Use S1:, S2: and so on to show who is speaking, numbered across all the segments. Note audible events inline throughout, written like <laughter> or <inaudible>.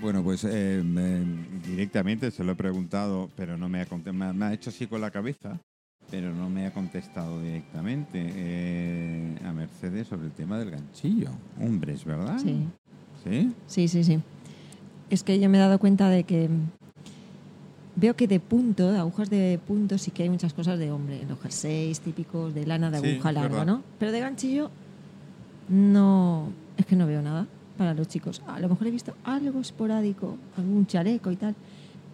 S1: Bueno, pues eh, me- directamente se lo he preguntado, pero no me ha contestado. Me, ha- me ha hecho así con la cabeza, pero no me ha contestado directamente eh, a Mercedes sobre el tema del ganchillo. Hombres, ¿verdad?
S2: Sí.
S1: ¿Sí?
S2: Sí, sí, sí. Es que yo me he dado cuenta de que veo que de punto, de agujas de punto, sí que hay muchas cosas de hombre. Los jerseys típicos de lana de
S1: Sí,
S2: aguja
S1: es
S2: larga,
S1: verdad.
S2: ¿no? Pero de ganchillo no... Es que no veo nada para los chicos. A lo mejor he visto algo esporádico, algún chaleco y tal.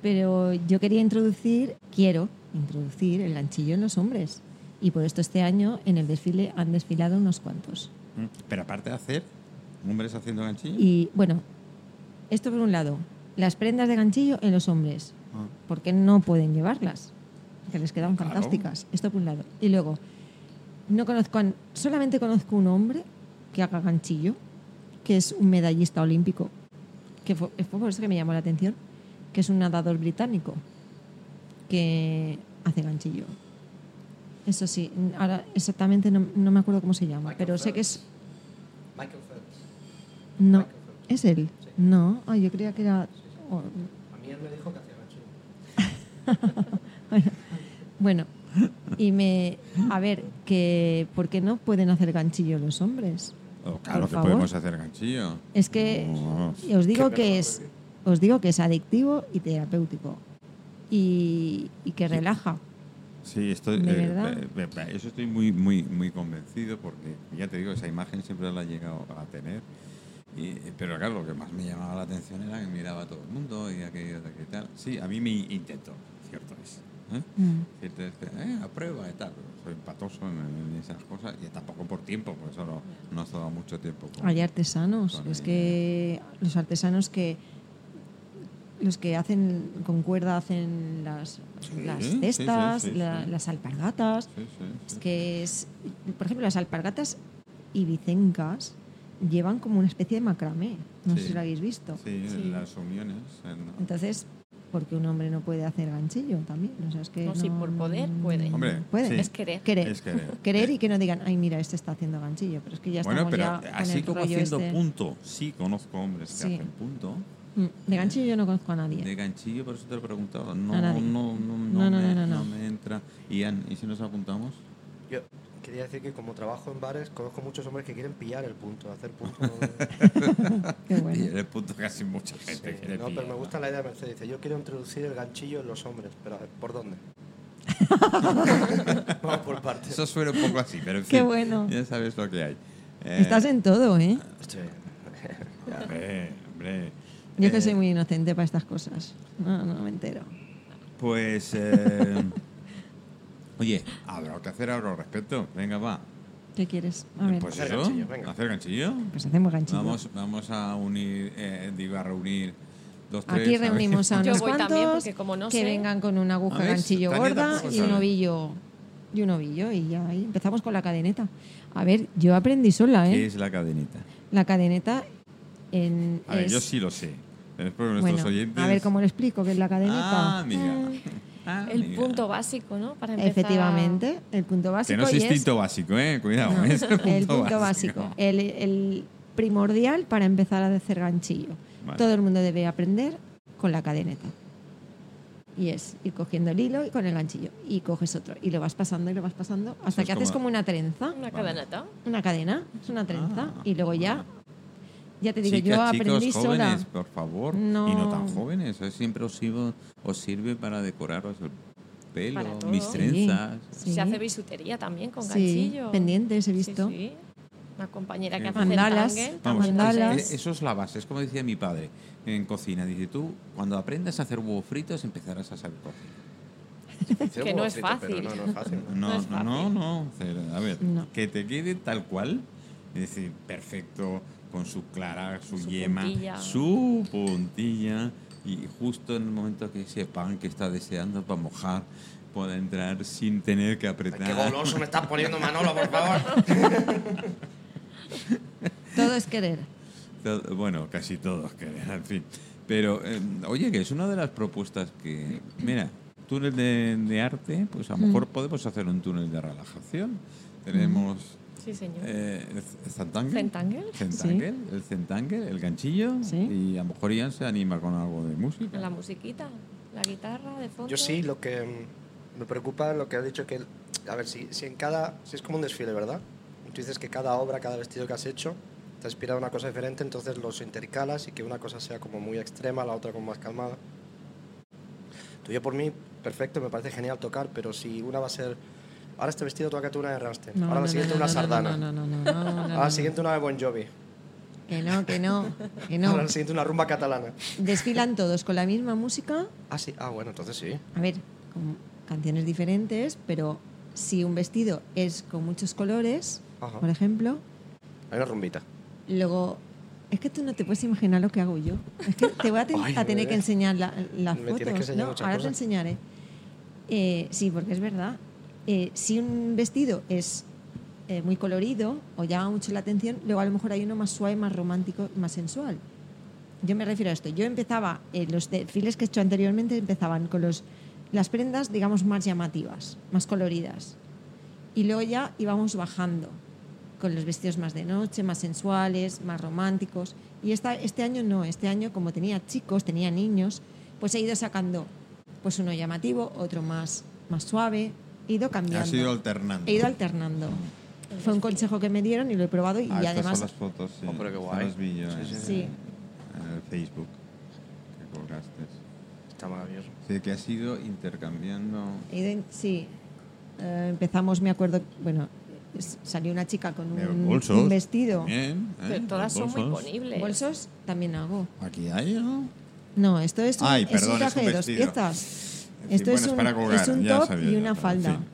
S2: Pero yo quería introducir, quiero introducir el ganchillo en los hombres. Y por esto este año en el desfile han desfilado unos cuantos.
S1: Mm. Pero aparte de hacer, hombres haciendo ganchillo.
S2: Y bueno, esto por un lado, las prendas de ganchillo en los hombres,
S1: Ah.
S2: porque no pueden llevarlas, que les quedan
S1: Claro.
S2: fantásticas. Esto por un lado. Y luego, no conozco, a- solamente conozco un hombre que haga ganchillo, que es un medallista olímpico, que fue, fue por eso que me llamó la atención, que es un nadador británico que hace ganchillo. Eso sí, ahora exactamente no, no me acuerdo cómo se llama,
S3: Michael
S2: pero sé que es
S3: Phelps. Michael Phelps.
S2: no,
S3: Michael Phelps.
S2: ¿es él?
S3: Sí.
S2: No, ay, yo creía que era... o-
S3: A mí él me dijo que hacía ganchillo.
S2: Bueno, y me... A ver, que ¿por qué no pueden hacer ganchillo los hombres?
S1: Oh, claro
S2: Por
S1: que
S2: favor.
S1: podemos hacer ganchillo.
S2: Es que
S1: Oh.
S2: y os digo
S3: Qué
S2: que
S3: mejor,
S2: es...
S3: muy bien.
S2: Os digo que es adictivo y terapéutico. Y, y que relaja.
S1: Sí, estoy,
S2: ¿De
S1: eh,
S2: verdad?
S1: eh, eh, eh, eso estoy muy, muy, muy convencido porque, ya te digo, esa imagen siempre la he llegado a tener. Y, eh, pero claro, lo que más me llamaba la atención era que miraba a todo el mundo y aquello, de que tal. Sí, a mí me intento, cierto es. ¿eh?
S2: Mm.
S1: Cierto es que, eh, a prueba y tal. pero Soy patoso en, en esas cosas y tampoco por tiempo, por eso no, no has dado mucho tiempo. con-
S2: Hay artesanos.
S1: con
S2: Es
S1: el-
S2: que los artesanos que... Los que hacen con cuerda hacen las,
S1: Sí,
S2: las
S1: sí, sí,
S2: cestas,
S1: sí,
S2: la-
S1: sí.
S2: las alpargatas.
S1: Sí, sí,
S2: Es
S1: sí.
S2: que es, por ejemplo, las alpargatas ibicencas llevan como una especie de macramé. No sé
S1: Sí.
S2: si lo habéis visto.
S1: Sí, en las uniones. eh, en-
S2: Entonces, ¿por qué un hombre no puede hacer ganchillo también? O sea, es que
S4: No, sí, por poder puede.
S1: Hombre,
S2: puede.
S1: sí.
S4: Es querer.
S2: Querer.
S1: Es querer.
S2: Querer y que no digan, ay, mira, este está haciendo ganchillo. Pero es que ya
S1: Bueno,
S2: estamos
S1: pero
S2: ya con
S1: así
S2: el
S1: como
S2: rollo
S1: haciendo
S2: este.
S1: punto, sí conozco hombres
S2: Sí.
S1: que hacen punto.
S2: Mm, De ganchillo yo no conozco a nadie.
S1: De ganchillo, por eso te lo he preguntado. No,
S2: A
S1: no,
S2: nadie.
S1: no, no,
S2: No, no,
S1: me,
S2: no, no, no.
S1: me entra. Ian, ¿y si nos apuntamos?
S3: Yo quería decir que como trabajo en bares, conozco muchos hombres que quieren pillar el punto, hacer <laughs> punto. no-
S2: Qué
S1: Y
S2: bueno.
S1: en el punto casi mucha
S3: Sí,
S1: gente quiere
S3: no, pero
S1: pillar,
S3: me gusta la idea de Mercedes. Dice, yo quiero introducir el ganchillo en los hombres, pero a ver, ¿por <laughs> dónde? Vamos por partes.
S1: Eso suena un poco así, pero en
S2: Qué
S1: fin,
S2: bueno.
S1: Ya sabes lo que hay. Eh,
S2: Estás en todo, ¿eh?
S3: Sí.
S1: Hombre, hombre.
S2: Yo que
S1: Eh,
S2: soy muy inocente para estas cosas. No, no me entero.
S1: Pues.
S2: <laughs>
S1: eh, oye, habrá que hacer algo al respecto. Venga, va.
S2: ¿Qué quieres? A ver,
S1: Pues
S3: Hacer
S1: eso,
S3: ganchillo, venga.
S1: hacer ganchillo.
S2: pues hacemos ganchillo.
S1: Vamos, vamos a unir, eh, digo, a reunir dos, tres.
S2: Aquí
S1: a ver.
S2: reunimos
S1: <laughs>
S2: a
S4: Yo
S2: unos
S4: voy
S2: cuantos
S4: también, porque como no
S2: que
S4: sé-
S2: vengan con una aguja
S1: A ver,
S2: ganchillo
S1: Tania
S2: gorda
S1: tampoco
S2: y un
S1: sabe.
S2: ovillo y un ovillo y ya ahí empezamos con la cadeneta. A ver, yo aprendí sola,
S1: ¿Qué
S2: ¿eh?
S1: es la cadenita?
S2: La cadeneta en
S1: A ver,
S2: es-
S1: yo sí lo sé. Pero espero que nuestros
S2: bueno,
S1: oyentes.
S2: a ver cómo le explico qué es la cadeneta.
S1: Ah, mira.
S2: Eh,
S1: Ah,
S4: El
S1: mira.
S4: punto básico, ¿no? Para empezar.
S2: Efectivamente, el punto básico
S1: Que no es
S2: y
S1: instinto básico, ¿eh? Cuidado. <laughs>
S2: No,
S1: es el punto,
S2: básico. El, el primordial para empezar a hacer ganchillo.
S1: Vale.
S2: Todo el mundo debe aprender con la cadeneta. Y es ir cogiendo el hilo y con el ganchillo. Y coges otro. Y lo vas pasando y lo vas pasando. Hasta
S1: es
S2: que haces
S1: como-
S2: como una trenza.
S4: Una
S1: Vale.
S4: cadenata.
S2: Una cadena. Es una trenza.
S1: Ah,
S2: y luego ya. Ya te digo,
S1: Chicas,
S2: yo aprendí
S1: chicos,
S2: sola.
S1: jóvenes, por favor.
S2: No.
S1: Y no tan jóvenes. Eso siempre os sirve, os sirve para decoraros el pelo,
S4: Para todo.
S1: mis
S4: Sí.
S1: trenzas.
S2: Sí.
S4: Se hace bisutería también con
S2: Sí,
S4: ganchillo.
S2: pendientes he
S4: Sí,
S2: visto.
S4: sí. Una compañera que
S1: Sí.
S4: hace el
S2: Mandalas.
S4: tangue,
S1: Vamos, eh,
S2: Mandalas.
S1: es- eso es la base. Es como decía mi padre en cocina. Dice, tú, cuando aprendas a hacer huevos fritos, empezarás a saber cocinar.
S3: Hacer
S4: Que no
S3: huevo
S4: es
S3: frito, pero
S4: fácil.
S3: no, no es fácil. no.
S1: No,
S4: No es
S1: no, no,
S4: fácil.
S1: no. Cero. A ver,
S2: No.
S1: que te quede tal cual. Es decir, perfecto, con su clara, su,
S4: Su
S1: yema,
S4: puntilla.
S1: su puntilla. Y justo en el momento que ese pan que está deseando para mojar pueda entrar sin tener que
S3: Ay, Qué
S1: apretar.
S3: goloso me estás poniendo, Manolo, por favor.
S2: Todo es querer.
S1: Todo- bueno, casi todos, que- <laughs> en fin. Pero, eh, oye, que es una de las propuestas que. Mira, túnel
S2: Mm.
S1: de, de arte, pues a lo mejor podemos hacer un túnel de relajación. Tenemos
S4: Sí,
S2: Mm.
S4: señor.
S1: Eh, ¿Centangle?
S4: Centangle.
S1: Centangle, el centangle, el ganchillo.
S2: Sí.
S1: Y a lo mejor Ian se anima con algo de música.
S4: La musiquita, la guitarra de fondo.
S3: Yo sí, lo que mm, me preocupa lo que has dicho que, el- a ver, si, si en cada, si es como un desfile, ¿verdad? Tú dices que cada obra, cada vestido que has hecho te ha inspirado una cosa diferente, entonces los intercalas y que una cosa sea como muy extrema, la otra como más calmada. Tú yo por mí, perfecto, me parece genial tocar, pero si una va a ser, ahora este vestido toca tú una de Rammstein,
S2: No,
S3: ahora
S2: no,
S3: la
S2: no,
S3: siguiente
S2: no,
S3: una
S2: no, no,
S3: sardana,
S2: No, no, no, no, no, no, no,
S3: ahora
S2: no.
S3: la siguiente una de Bon Jovi,
S2: Que no, que no, que
S3: ahora
S2: no.
S3: la siguiente una rumba catalana.
S2: Desfilan todos con la misma música.
S3: Ah, sí, ah, bueno, entonces sí.
S2: A ver, con canciones diferentes, pero si un vestido es con muchos colores,
S3: Ajá.
S2: por ejemplo,
S3: Hay una rumbita.
S2: luego. Es que tú no te puedes imaginar lo que hago yo. Es que te voy a, ten-
S3: <laughs> Ay,
S2: a tener
S3: bebé.
S2: que enseñar la- las
S3: Me tienes que
S2: fotos.
S3: enseñar
S2: ¿no?
S3: muchas
S2: Ahora te
S3: cosas.
S2: enseñaré. Eh, sí, porque es verdad. Eh, si un vestido es eh, muy colorido o llama mucho la atención, luego a lo mejor hay uno más suave, más romántico, más sensual. Yo me refiero a esto. Yo empezaba, eh, los desfiles que he hecho anteriormente empezaban con los, las prendas, digamos, más llamativas, más coloridas. Y luego ya íbamos bajando con los vestidos más de noche, más sensuales, más románticos. Y esta, este año no, este año como tenía chicos, tenía niños, pues he ido sacando pues uno llamativo, otro más, más suave, he ido cambiando.
S1: Ha sido alternando.
S2: He ido alternando. Fue un consejo que me dieron y lo he probado y,
S1: Ah, estas
S2: además
S1: son las fotos. sí.
S3: Oh, pero qué
S1: Estas
S3: guay.
S1: las vi yo
S3: Sí,
S1: en,
S3: sí,
S2: sí.
S1: en el Facebook que colgaste.
S3: Está maravilloso.
S1: Sí, que has ido intercambiando.
S2: he ido en- sí. Eh, empezamos, me acuerdo, bueno, s- salió una chica con
S1: eh,
S2: un,
S1: bolsos.
S2: un vestido.
S1: Bien, ¿eh?
S4: Pero todas son muy
S1: Bolsos.
S4: ponibles.
S2: Bolsos también hago.
S1: Aquí hay, ¿no?
S2: No, esto es un,
S1: Ay,
S2: es
S1: perdón,
S2: un
S1: es
S2: traje
S1: un
S2: de dos
S1: vestido.
S2: piezas.
S1: En fin,
S2: Esto
S1: bueno,
S2: es,
S1: es
S2: un,
S1: para colgar,
S2: es un
S1: ya
S2: top
S1: sabía
S2: y
S1: yo,
S2: una
S1: pero,
S2: falda.
S1: en fin.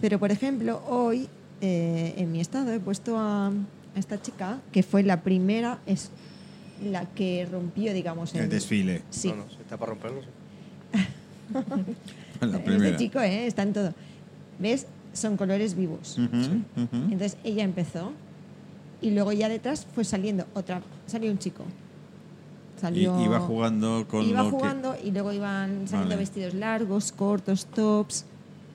S2: Pero, por ejemplo, hoy eh, en mi estado he puesto a, a esta chica, que fue la primera, es la que rompió, digamos,
S1: El
S2: <laughs>
S1: desfile.
S2: Sí.
S3: No, no, si está para romperlo. sí.
S1: La
S2: Este
S1: primera.
S2: chico, ¿eh? Está en todo. ¿Ves? Son colores vivos.
S1: Ujú, ujú.
S2: Entonces ella empezó y luego ya detrás fue saliendo otra, salió un chico.
S1: Y,
S2: Salió,
S1: iba jugando con
S2: iba
S1: lo
S2: jugando y luego iban saliendo
S1: Vale.
S2: vestidos largos, cortos, tops,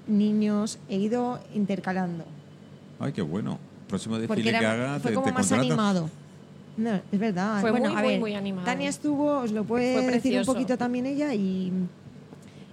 S2: niños. He ido intercalando.
S1: que. Ay, qué bueno. Próximo
S2: Porque
S1: desfile
S2: era,
S1: que haga,
S2: fue
S1: te,
S2: como
S1: te
S2: más
S1: contrato.
S2: animado. No, es verdad.
S4: Fue
S2: bueno,
S4: muy,
S2: a
S4: muy,
S2: ver,
S4: muy animado.
S2: Tania estuvo, os lo puede
S4: Fue
S2: decir un
S4: precioso. Ah,
S2: poquito también ella y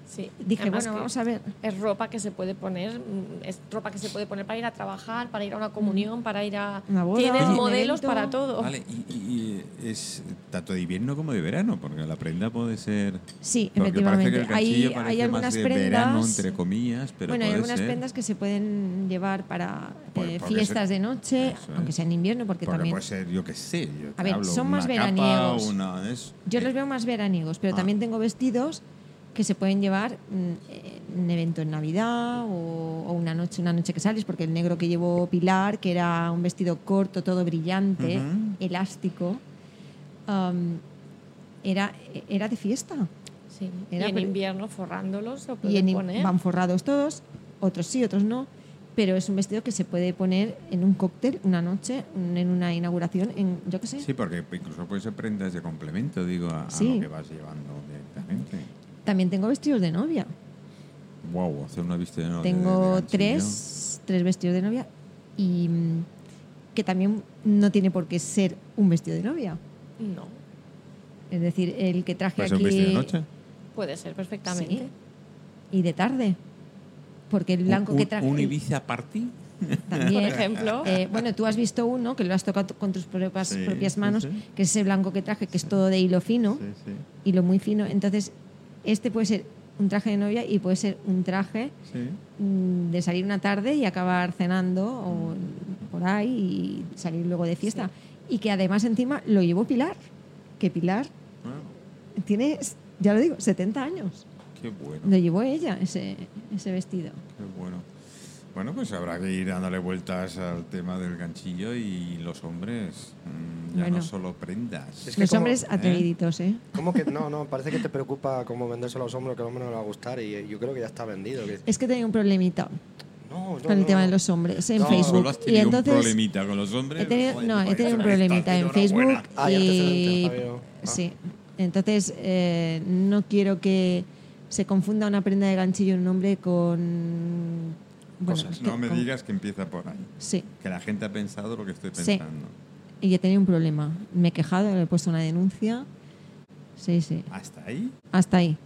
S4: Sí.
S2: dije,
S4: Además
S2: bueno,
S4: que
S2: vamos a ver.
S4: Es ropa que se puede poner, mm, es ropa que se puede poner para ir a trabajar, para ir a una comunión, para ir a.
S2: Mm. Una boda,
S4: Tienes
S2: un
S4: modelos
S2: evento.
S4: para todo.
S1: Vale, y, y- y es tanto de invierno como de verano, porque la prenda puede ser.
S2: Sí,
S1: Porque parece que
S2: efectivamente.
S1: el
S2: Hay,
S1: ganchillo parece
S2: hay algunas
S1: más de
S2: prendas.
S1: verano, entre comillas, pero
S2: bueno, hay
S1: puede
S2: algunas
S1: ser.
S2: prendas que se pueden llevar para
S1: Por-
S2: eh,
S1: porque
S2: fiestas
S1: se-
S2: de noche,
S1: Eso es. pues
S2: aunque sea en invierno, porque,
S1: Porque
S2: también.
S1: puede ser, yo qué sé. yo te
S2: A ver,
S1: hablo,
S2: son más
S1: una capa,
S2: veraniegos.
S1: una de es-
S2: Yo los veo más veraniegos, pero
S1: Ah.
S2: también tengo vestidos que se pueden llevar mm, en evento en Navidad o, o una noche una noche que sales, porque el negro que llevó Pilar, que era un vestido corto, todo brillante,
S1: Ujú.
S2: elástico, am, era, era de fiesta.
S4: Sí.
S2: Era
S4: y en
S2: pre-
S4: invierno forrándolos se
S2: y
S4: pueden
S2: en-
S4: poner.
S2: van forrados todos, otros sí, otros no, pero es un vestido que se puede poner en un cóctel una noche, un- en una inauguración, en yo qué sé.
S1: Sí, porque incluso puede ser prendas de complemento, digo, a, a
S2: Sí.
S1: lo que vas llevando directamente.
S2: También tengo vestidos de novia.
S1: Wow, hacer una vista de no- de- de
S2: tengo
S1: ganchillo.
S2: tres, tres vestidos de novia y mm, que también no tiene por qué ser un vestido de novia.
S4: No,
S2: Es decir, el que traje
S1: Puede ser
S2: aquí
S1: un vestido de noche.
S4: puede ser perfectamente.
S2: Sí. y de tarde. Porque el blanco
S1: Un-
S2: que traje
S1: Un Ibiza Party.
S2: también.
S4: <laughs> Por
S1: <laughs>
S4: ejemplo.
S2: Eh, bueno, tú has visto uno que lo has tocado con tus propias,
S1: Sí,
S2: propias
S1: sí,
S2: manos,
S1: sí.
S2: que es ese blanco que traje, que es todo de hilo fino,
S1: sí.
S2: hilo muy fino. Entonces, este puede ser un traje de novia y puede ser un traje
S1: sí.
S2: mm, de salir una tarde y acabar cenando o por ahí y salir luego de fiesta. Y que además encima lo llevó Pilar, que Pilar
S1: Bueno,
S2: tiene, ya lo digo, 70 años.
S1: qué bueno.
S2: Lo llevó ella, ese, ese vestido.
S1: Qué bueno. Bueno, pues habrá que ir dándole vueltas al tema del ganchillo y los hombres. mm, ya
S2: Bueno.
S1: no solo prendas.
S3: Es que
S2: Los
S3: como-
S2: hombres atreviditos, ¿eh?
S3: ¿Cómo que no? No, parece que te preocupa cómo vendérselo a los hombres, que a los hombres no les va a gustar y eh, yo creo que ya está vendido. que-
S2: Es que tenía un problemita.
S3: no, no,
S2: con el
S3: no,
S2: tema
S3: no.
S2: de los hombres en
S3: No,
S2: Facebook.
S1: Solo has
S2: Y
S1: tenido un
S2: entonces
S1: problemita con los hombres.
S2: he tenido,
S1: Joder, pues
S2: no, he
S1: vaya,
S2: tenido un
S1: estás
S2: problemita en
S1: enhorabuena.
S2: Facebook
S3: Ah, y antecedentes,
S2: y
S3: ha habido. Ah.
S2: sí. Entonces eh, no quiero que se confunda una prenda de ganchillo en un hombre con Bueno,
S1: cosas.
S2: que-
S1: No me
S2: con-
S1: digas que empieza por ahí.
S2: Sí,
S1: Que la gente ha pensado lo que estoy
S2: Sí.
S1: pensando.
S2: y he tenido un problema. Me he quejado, le he puesto una denuncia. Sí, sí.
S1: Hasta ahí.
S2: Hasta ahí.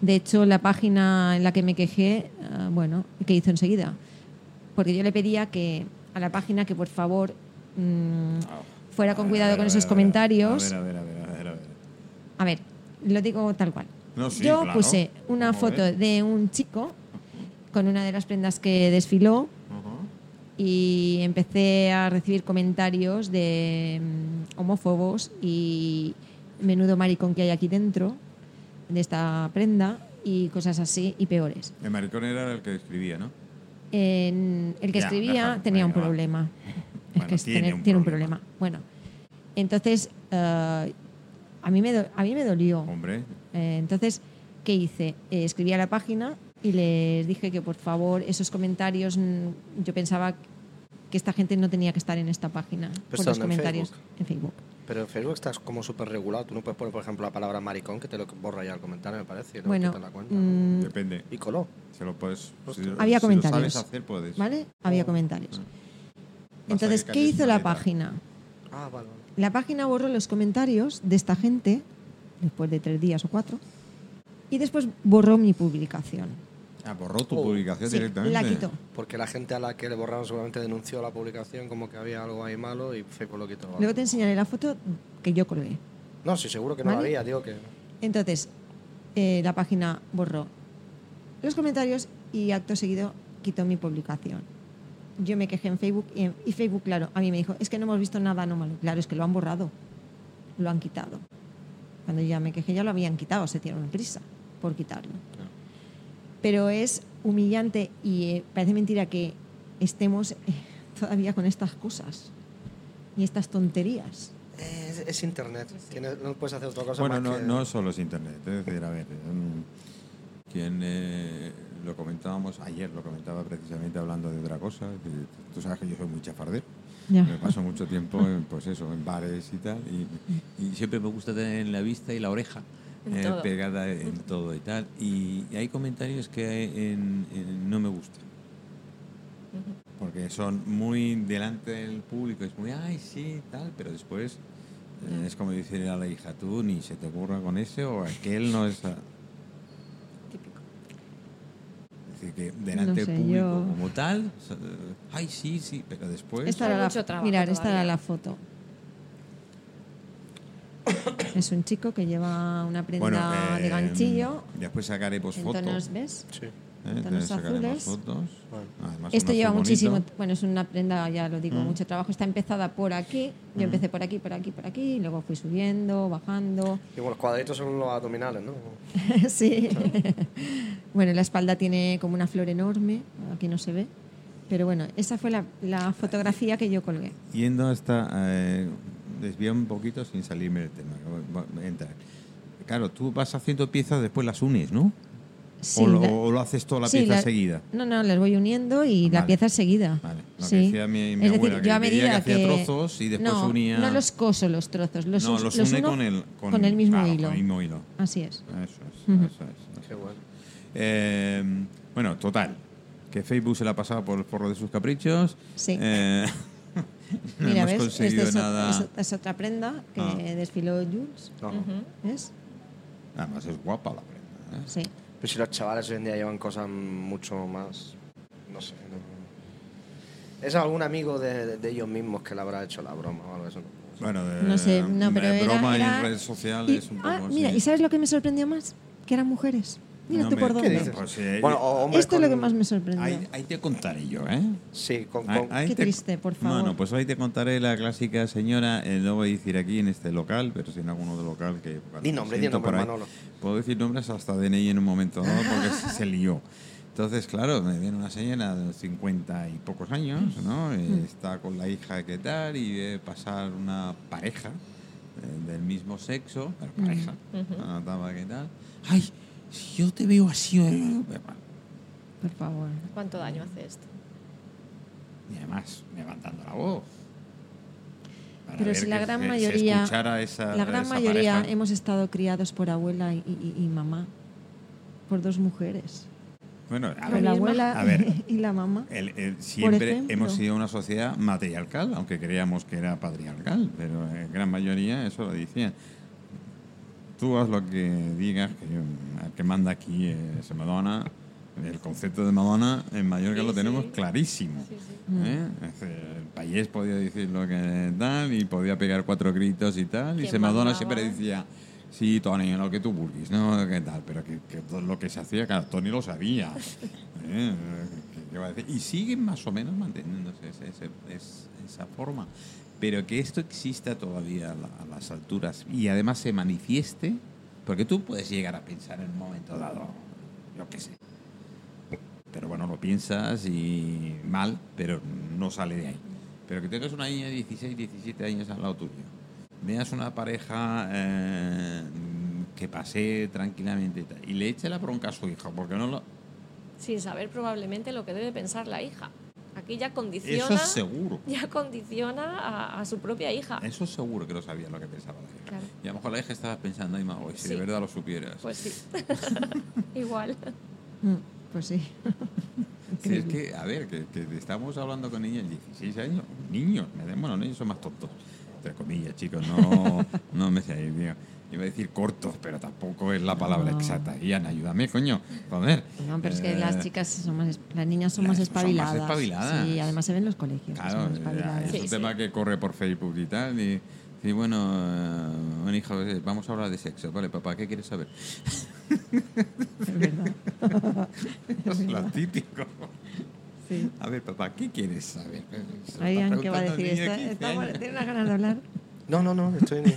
S2: De hecho, la página en la que me quejé, ah, bueno, ¿qué hizo enseguida? Porque yo le pedía que a la página que por favor mm,
S1: Ah.
S2: fuera con
S1: A ver,
S2: cuidado
S1: a ver,
S2: con
S1: a
S2: esos
S1: ver, a ver,
S2: comentarios.
S1: A ver, a ver, a ver, a ver. a ver.
S2: A ver, lo digo tal cual.
S1: No, sí,
S2: Yo
S1: claro.
S2: puse una
S1: Vamos a
S2: foto
S1: ver.
S2: de un chico con una de las prendas que desfiló
S1: Ujú.
S2: y empecé a recibir comentarios de mm, homófobos y menudo maricón que hay aquí dentro de esta prenda y cosas así y peores.
S1: El maricón era el que escribía, ¿no?
S2: En- el que
S1: Ya,
S2: escribía
S1: déjalo,
S2: tenía un
S1: venga, va.
S2: problema.
S1: Bueno,
S2: es que es
S1: tiene
S2: tener-
S1: un
S2: tiene un
S1: problema.
S2: problema. Bueno, entonces eh, a, mí me do- a mí me dolió.
S1: Hombre.
S2: Eh, entonces, ¿qué hice? Eh, escribí a la página y les dije que por favor esos comentarios, mm, yo pensaba que esta gente no tenía que estar en esta página por
S3: están
S2: los
S3: en
S2: comentarios
S3: Facebook.
S2: en Facebook.
S3: Pero en Facebook estás como súper regulado. Tú no puedes poner, por ejemplo, la palabra maricón, que te lo borra ya el comentario, me parece. Y luego
S2: Bueno,
S3: quitan la cuenta.
S2: mm,
S1: Depende.
S3: Y coló.
S1: Se lo puedes.
S3: Hostia.
S1: si lo-
S2: Había
S1: si
S2: comentarios.
S1: Lo sabes hacer, puedes.
S2: ¿vale? Había
S1: Vas
S2: comentarios.
S1: a
S2: Entonces,
S1: dedicarles
S2: ¿qué hizo
S1: una
S2: la
S1: letra.
S2: página?
S3: Ah, vale. vale.
S2: La página borró los comentarios de esta gente después de tres días o cuatro y después borró mi publicación.
S1: Ah, borró tu
S3: Oh.
S1: publicación
S2: Sí,
S1: directamente.
S2: la quitó.
S3: Porque la gente a la que le borraron seguramente denunció la publicación como que había algo ahí malo y Facebook lo quitó.
S2: Luego te enseñaré la foto que yo colgué.
S3: No, sí, seguro que no la
S2: ¿Vale?
S3: había, digo que...
S2: Entonces, eh, la página borró los comentarios y acto seguido quitó mi publicación. Yo me quejé en Facebook y, en- y Facebook, claro, a mí me dijo, es que no hemos visto nada anómalo. Claro, es que lo han borrado, lo han quitado. Cuando yo ya me quejé ya lo habían quitado, se dieron prisa por quitarlo. Pero es humillante y eh, parece mentira que estemos eh, todavía con estas cosas y estas tonterías.
S3: Eh, Es, es internet, Tiene- no puedes hacer otra cosa
S1: Bueno,
S3: más
S1: no,
S3: que...
S1: no solo es internet. Es decir, a ver, mm, quien eh, lo comentábamos ayer, lo comentaba precisamente hablando de otra cosa. que tú sabes que yo soy muy chafardero.
S2: Ya.
S1: Me paso mucho tiempo, en, pues eso, en bares y tal. Y, y siempre me gusta tener la vista y la oreja
S4: En
S1: eh,
S4: todo.
S1: pegada en todo y tal. Y, hay comentarios que en- en- no me gustan. Porque son muy delante del público, es muy, ay, sí, tal, pero después eh, es como decirle a la hija, tú ni se te ocurra con ese o aquel no es... a-".
S4: Típico.
S1: Es decir, que delante
S2: sé,
S1: del público
S2: yo-
S1: como tal, so- ay, sí, sí, pero después...
S2: Esta
S4: Hay
S2: era la,
S4: mucho trabajo
S2: mirad, esta
S4: todavía.
S2: era la foto. Es un chico que lleva una prenda de
S1: eh,
S2: ganchillo
S1: Después sacaremos
S2: en
S1: fotos.
S2: tonos, ¿ves?
S3: Sí,
S1: ¿eh?
S2: en
S1: Entonces
S2: tonos
S1: sacaremos
S2: azules.
S1: fotos.
S3: Bueno.
S1: Además,
S2: Esto
S1: un azul
S2: Este lleva
S1: bonito.
S2: muchísimo, bueno, es una prenda, ya lo digo,
S1: Mm.
S2: mucho trabajo. Está empezada por aquí, yo empecé por aquí, por aquí, por aquí, y luego fui subiendo, bajando.
S4: <laughs>
S3: Y bueno, los cuadritos son los abdominales, ¿no?
S2: sí. <laughs> bueno, la espalda tiene como una flor enorme, aquí no se ve. Pero bueno, esa fue la, la fotografía que yo colgué.
S1: Yendo hasta. Eh, desvío un poquito sin salirme del tema. voy- voy a entrar. Claro, tú vas haciendo piezas, después las unes, ¿no?
S2: Sí,
S1: o, lo,
S2: la-
S1: o lo haces toda la
S2: Sí,
S1: pieza
S2: la-
S1: seguida.
S2: No, no, las voy uniendo y la
S1: Vale.
S2: pieza es seguida.
S1: Vale, lo que
S2: Sí.
S1: decía mi- mi abuela,
S2: es
S1: que
S2: decir, yo a
S1: creía que
S2: medida
S1: hacía
S2: que,
S1: trozos y después
S2: no,
S1: unía-
S2: No los coso los trozos, los,
S1: no,
S2: us-
S1: los,
S2: los
S1: une
S2: uno
S1: con el,
S2: con, el mismo
S1: claro,
S2: hilo.
S1: Con el mismo hilo.
S2: Así es.
S1: Eso es.
S2: Ujú.
S1: eso es.
S3: Qué bueno.
S1: Eh, bueno, total. Que Facebook se la pasaba por el forro de sus caprichos.
S2: Sí.
S1: Eh, <laughs> no
S2: Mira,
S1: hemos
S2: ¿ves?
S1: conseguido
S2: Esta es, o-
S1: nada.
S2: es- es otra prenda que
S1: Ah.
S2: desfiló Jules.
S3: No.
S4: Ujú.
S2: ¿Ves?
S1: Además es guapa la prenda. ¿eh?
S2: Sí.
S3: Pero si los chavales hoy en día llevan cosas mucho más... No sé, no... Es algún amigo de, de ellos mismos que le habrá hecho la broma o algo de eso. ¿no?
S1: Bueno, de,
S2: No sé, no,
S1: de
S2: pero era-
S1: broma
S2: era-
S1: en redes sociales
S2: Y-
S1: un
S2: ah,
S1: poco
S2: mira,
S1: así.
S2: ¿y sabes lo que me sorprendió más? Que eran mujeres. Mira
S1: No
S2: tú
S1: me-
S2: por
S1: ¿Qué
S2: dónde.
S1: dices? Pues, eh,
S3: Bueno, oh, o hombres
S2: Esto es lo
S3: con-
S2: que más me sorprendió.
S1: Ahí, ahí te contaré yo, ¿eh?
S3: Sí, con...
S1: Ahí-
S3: con-
S1: ahí
S2: Qué triste, por favor.
S1: Bueno, pues ahí te contaré la clásica señora, eh, no voy a decir aquí en este local, pero si en alguno de local que...
S3: Di nombre,
S1: lo
S3: di
S1: siento
S3: nombre,
S1: por ahí.
S3: Manolo.
S1: Puedo decir nombres hasta DNI en un momento dado porque se- se lió. Entonces, claro, me viene una señora de 50 y pocos años,
S2: Mm.
S1: ¿no? Eh, Está con la hija que tal y ve pasar una pareja eh, del mismo sexo, pero
S2: Mm.
S1: pareja, una dama que tal. Ay, si yo te veo así... eh,
S2: Por favor.
S4: ¿Cuánto daño hace esto?
S1: Y además, levantando la voz. Para
S2: Pero
S1: ver
S2: si la
S1: que
S2: gran
S1: se- se
S2: mayoría,
S1: escuchara esa-
S2: la gran
S1: Ah, esa
S2: mayoría em
S1: pareja.
S2: hemos estado criados por abuela y, y- y mamá, por dos mujeres.
S1: Bueno, a
S2: Con
S1: ver,
S2: la
S4: misma.
S2: abuela
S1: A ver.
S2: <laughs> y la mamá.
S1: el- el- siempre
S2: ejemplo.
S1: hemos sido una sociedad matriarcal, aunque creíamos que era patriarcal, pero en gran mayoría eso lo decían. Tú haz lo que digas, que yo- el que manda aquí es Madonna. El concepto de Madonna en Mallorca
S4: Sí,
S1: lo tenemos
S4: sí.
S1: clarísimo.
S4: Sí, sí.
S1: ¿eh? Es decir, El payés podía decir lo que tal y podía pegar cuatro gritos y tal. Y
S4: ¿Quién
S1: se Madonna
S4: mandaba?
S1: siempre decía, sí, Tony, lo que tú burgues, ¿no? ¿Qué tal? Pero que, que todo lo que se hacía, claro, Tony lo sabía. ¿eh? ¿Qué va a decir? Y siguen más o menos manteniéndose ese- ese- es- esa forma. Pero que esto exista todavía a, la- a las alturas y además se manifieste, porque tú puedes llegar a pensar en un momento dado, yo qué sé, pero bueno, lo piensas y mal, pero no sale de ahí. Pero que tengas una niña de 16, 17 años al lado tuyo, veas una pareja eh, que pasee tranquilamente y, tal, y le eche la bronca a su hijo, porque no lo...
S4: Sin saber probablemente lo que debe pensar la hija. Aquí ya
S1: Eso
S4: condiciona,
S1: es seguro.
S4: ya condiciona a, a su propia hija.
S1: Eso es seguro que no sabía lo que pensaba la hija.
S4: Claro.
S1: Y a lo mejor la hija estaba pensando, ay, ma, hoy, si de
S4: Sí.
S1: verdad lo supieras. <laughs>
S4: Pues sí, igual.
S2: Mm, Pues sí.
S1: Sí, es que, a ver, que, que estamos hablando con niños de 16 años, niños, me da- bueno, niños son más tontos, entre comillas, chicos,
S2: <laughs>
S1: no, no me sé, digo, iba a decir cortos, pero tampoco es la palabra
S2: No.
S1: exacta. Ian, ayúdame, coño, joder.
S2: No, pero es que
S1: Eh,
S2: las chicas son más, es- las niñas son
S1: las-
S2: más
S1: son más
S2: espabiladas.
S1: espabiladas.
S2: Sí, además se ven en los colegios. que son
S1: Claro,
S2: más
S1: ya,
S2: espabiladas.
S1: es
S4: Sí,
S1: un
S4: sí.
S1: tema que corre por Facebook y tal, y, y bueno, eh, bueno, hija, eh, vamos a hablar de sexo, vale, papá, ¿qué quieres saber?
S2: Es
S1: <laughs>
S2: verdad.
S1: Es lo típico.
S2: Sí.
S1: A ver, papá, ¿qué quieres saber? Se lo
S2: Ahí
S1: está
S2: vean qué va a
S1: preguntando
S2: decir.
S1: el niño de 15
S2: Está, está,
S1: años.
S2: bueno, tiene unas ganas de hablar. <laughs>
S3: No, no, no,
S1: <laughs>
S3: estoy ni...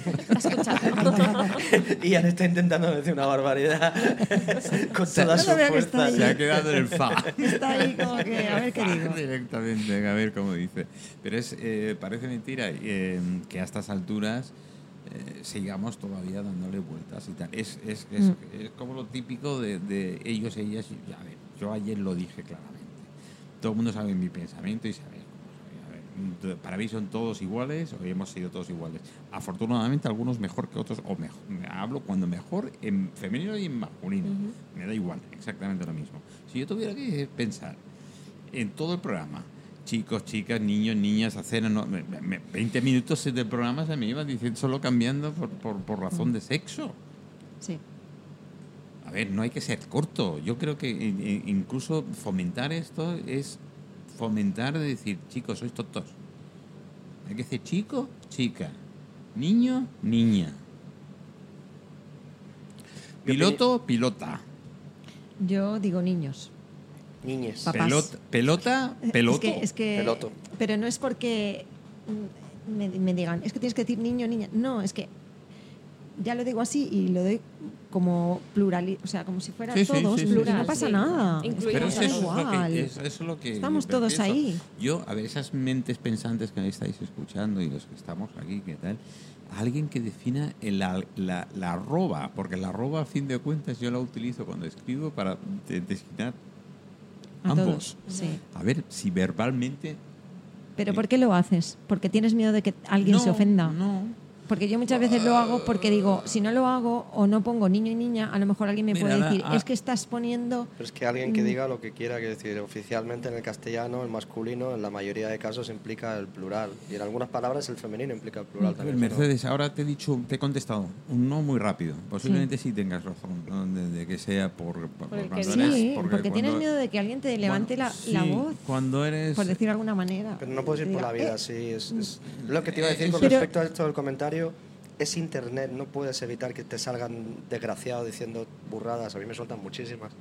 S3: <laughs> Ian está intentando decir una barbaridad <laughs> con toda
S2: no
S3: su
S2: lo veo que está
S3: fuerza.
S2: ahí.
S1: Se ha quedado en el fa.
S2: Está ahí como que, a
S1: <laughs>
S2: ver qué digo.
S1: Directamente, a ver cómo dice. Pero es, eh, parece mentira eh, que a estas alturas eh, sigamos todavía dándole vueltas y tal. Es, es, es,
S2: Mm.
S1: es como lo típico de, de ellos, ellas. y- A ver, yo ayer lo dije claramente. Todo el mundo sabe mi pensamiento y sabe cómo soy. A ver, ent- Para mí son todos iguales, hoy hemos sido todos iguales. Afortunadamente algunos mejor que otros, o mejor, hablo cuando mejor en femenino y en masculino. Me da igual, exactamente lo mismo. Si yo tuviera que pensar en todo el programa. Chicos, chicas, niños, niñas, hacer no, me- me- 20 minutos del programa se me iban diciendo solo cambiando por, por- por razón de sexo.
S2: Sí.
S1: A ver, no hay que ser corto. Yo creo que eh, eh, incluso fomentar esto es fomentar de decir, chicos, sois tontos. Hay que decir chico, chica, niño, niña.
S3: Mi
S1: Piloto, pilota.
S2: Yo digo niños.
S3: Niñes.
S2: Papás.
S1: Pelota, pelota,
S2: Eh, Es
S1: peloto.
S2: que, es que-
S3: Peloto.
S2: Pero no es porque mm, me, me digan, es que tienes que decir niño, niña. No, es que ya lo digo así y lo doy como plural, o sea, como si fuera
S1: Sí, sí,
S2: todos
S1: sí, sí,
S2: plural.
S1: sí.
S2: No pasa
S4: Sí.
S2: nada.
S4: Incluimos
S1: Pero
S4: Pero
S1: es
S2: Da
S4: eso
S1: eso,
S4: es
S1: es lo
S2: igual.
S1: que, es, eso es lo que
S2: Estamos
S1: yo creo
S2: todos
S1: que eso-
S2: ahí.
S1: Yo, a ver, esas mentes pensantes que estáis escuchando y los que estamos aquí, ¿qué tal? Alguien que defina el al- la, la arroba, porque la arroba, a fin de cuentas, yo la utilizo cuando escribo para de- designar
S2: A
S1: ambos.
S2: todos, Sí.
S1: A ver, si verbalmente...
S2: Pero ¿por qué lo haces? ¿Porque tienes miedo de que alguien
S1: no,
S2: se ofenda?
S1: No,
S2: Porque yo muchas veces lo hago porque digo, si no lo hago o no pongo niño y niña, a lo mejor alguien me
S1: Mira,
S2: puede
S1: la-
S2: decir,
S1: ah.
S2: es que estás poniendo...
S3: Pero es que alguien
S2: Mm.
S3: que diga lo que quiera, que decir, oficialmente en el castellano, el masculino, en la mayoría de casos implica el plural. Y en algunas palabras el femenino implica el plural
S1: A ver,
S3: también. ¿no?
S1: Mercedes, ahora te he dicho, te he contestado un no muy rápido. Posiblemente sí, tengas razón, ¿no? de, de que sea por, por-
S4: Por el
S1: cuando
S4: que digas.
S1: eres-
S2: Sí, porque, tienes
S1: cuando-
S2: miedo de que alguien te levante
S1: Bueno,
S2: la, la
S1: sí,
S2: voz,
S1: Cuando eres
S2: por decir de alguna manera.
S3: Pero no puedes ir
S2: Que
S3: por
S2: diga,
S3: la vida
S2: "Eh,
S3: así. Es, es- lo que te iba a decir con
S2: Pero-
S3: respecto a esto del comentario es internet. No puedes evitar que te salgan desgraciados diciendo burradas. A mí me sueltan muchísimas.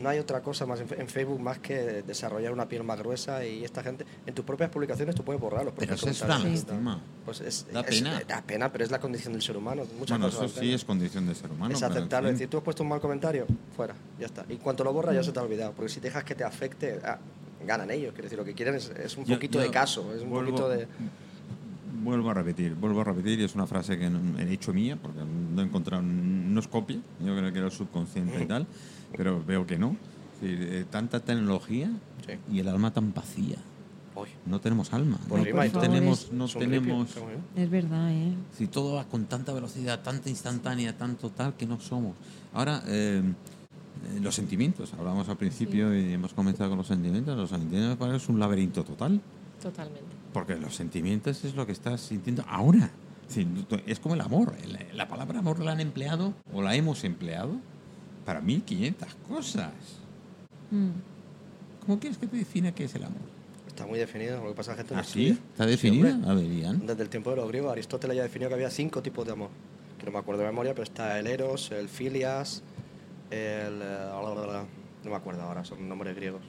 S3: No hay otra cosa más en, fe- en Facebook más que desarrollar una piel más gruesa y esta gente. En tus propias publicaciones tú puedes borrarlos.
S1: Pero
S3: porque
S1: eso es una
S3: comentarios y tal.
S1: lástima.
S3: Pues es,
S1: Da
S3: es-
S1: pena.
S3: Da pena, pero es la condición del ser humano. Muchas
S1: Bueno,
S3: cosas
S1: eso
S3: dan
S1: sí
S3: pena.
S1: es condición de ser humano.
S3: Es
S1: pero, en
S3: aceptarlo, es
S1: fin.
S3: decir, tú has puesto un mal comentario, fuera, ya está. Y en cuanto lo borras ya se te ha olvidado, porque si dejas que te afecte, ah, ganan ellos. Quiero decir, lo que quieren es, es un
S1: Yo-
S3: poquito
S1: yo
S3: de caso, es un
S1: vuelvo-
S3: poquito de...
S1: Vuelvo a repetir, vuelvo a repetir, y es una frase que no- he hecho mía, porque no he encontrado, no es copia, yo creo que era el subconsciente y tal, pero veo que no. Es decir, eh, tanta tecnología
S3: Sí.
S1: y el alma tan vacía.
S3: Uy,
S1: No tenemos alma,
S3: Por
S1: no,
S3: arriba y todo.
S1: tenemos, no
S3: es un ripio,
S1: tenemos...
S3: está muy bien.
S2: Es verdad, ¿eh?
S1: Si todo va con tanta velocidad, tanta instantánea, tanto tal que no somos. Ahora, eh, eh, los sentimientos. Hablamos al principio y hemos comenzado con los sentimientos. Los sentimientos para ellos es un laberinto total,
S4: Totalmente.
S1: porque los sentimientos es lo que estás sintiendo ahora. Es decir, tú- Es como el amor. El- La palabra amor la han empleado o la hemos empleado para 1500 cosas.
S2: Mm.
S1: ¿Cómo quieres que te defina qué es el amor?
S3: Está muy definido, lo que pasa es que la gente no
S1: ¿Así?
S3: estudia.
S1: ¿Ah, ¿Está
S3: Sí,
S1: definida?
S3: hombre.
S1: A ver, Ian.
S3: Desde el tiempo de los griegos, Aristóteles ya definió que había cinco tipos de amor. Que no me acuerdo de memoria, pero está el Eros, el Filias, el. eh, No me acuerdo ahora, son nombres griegos.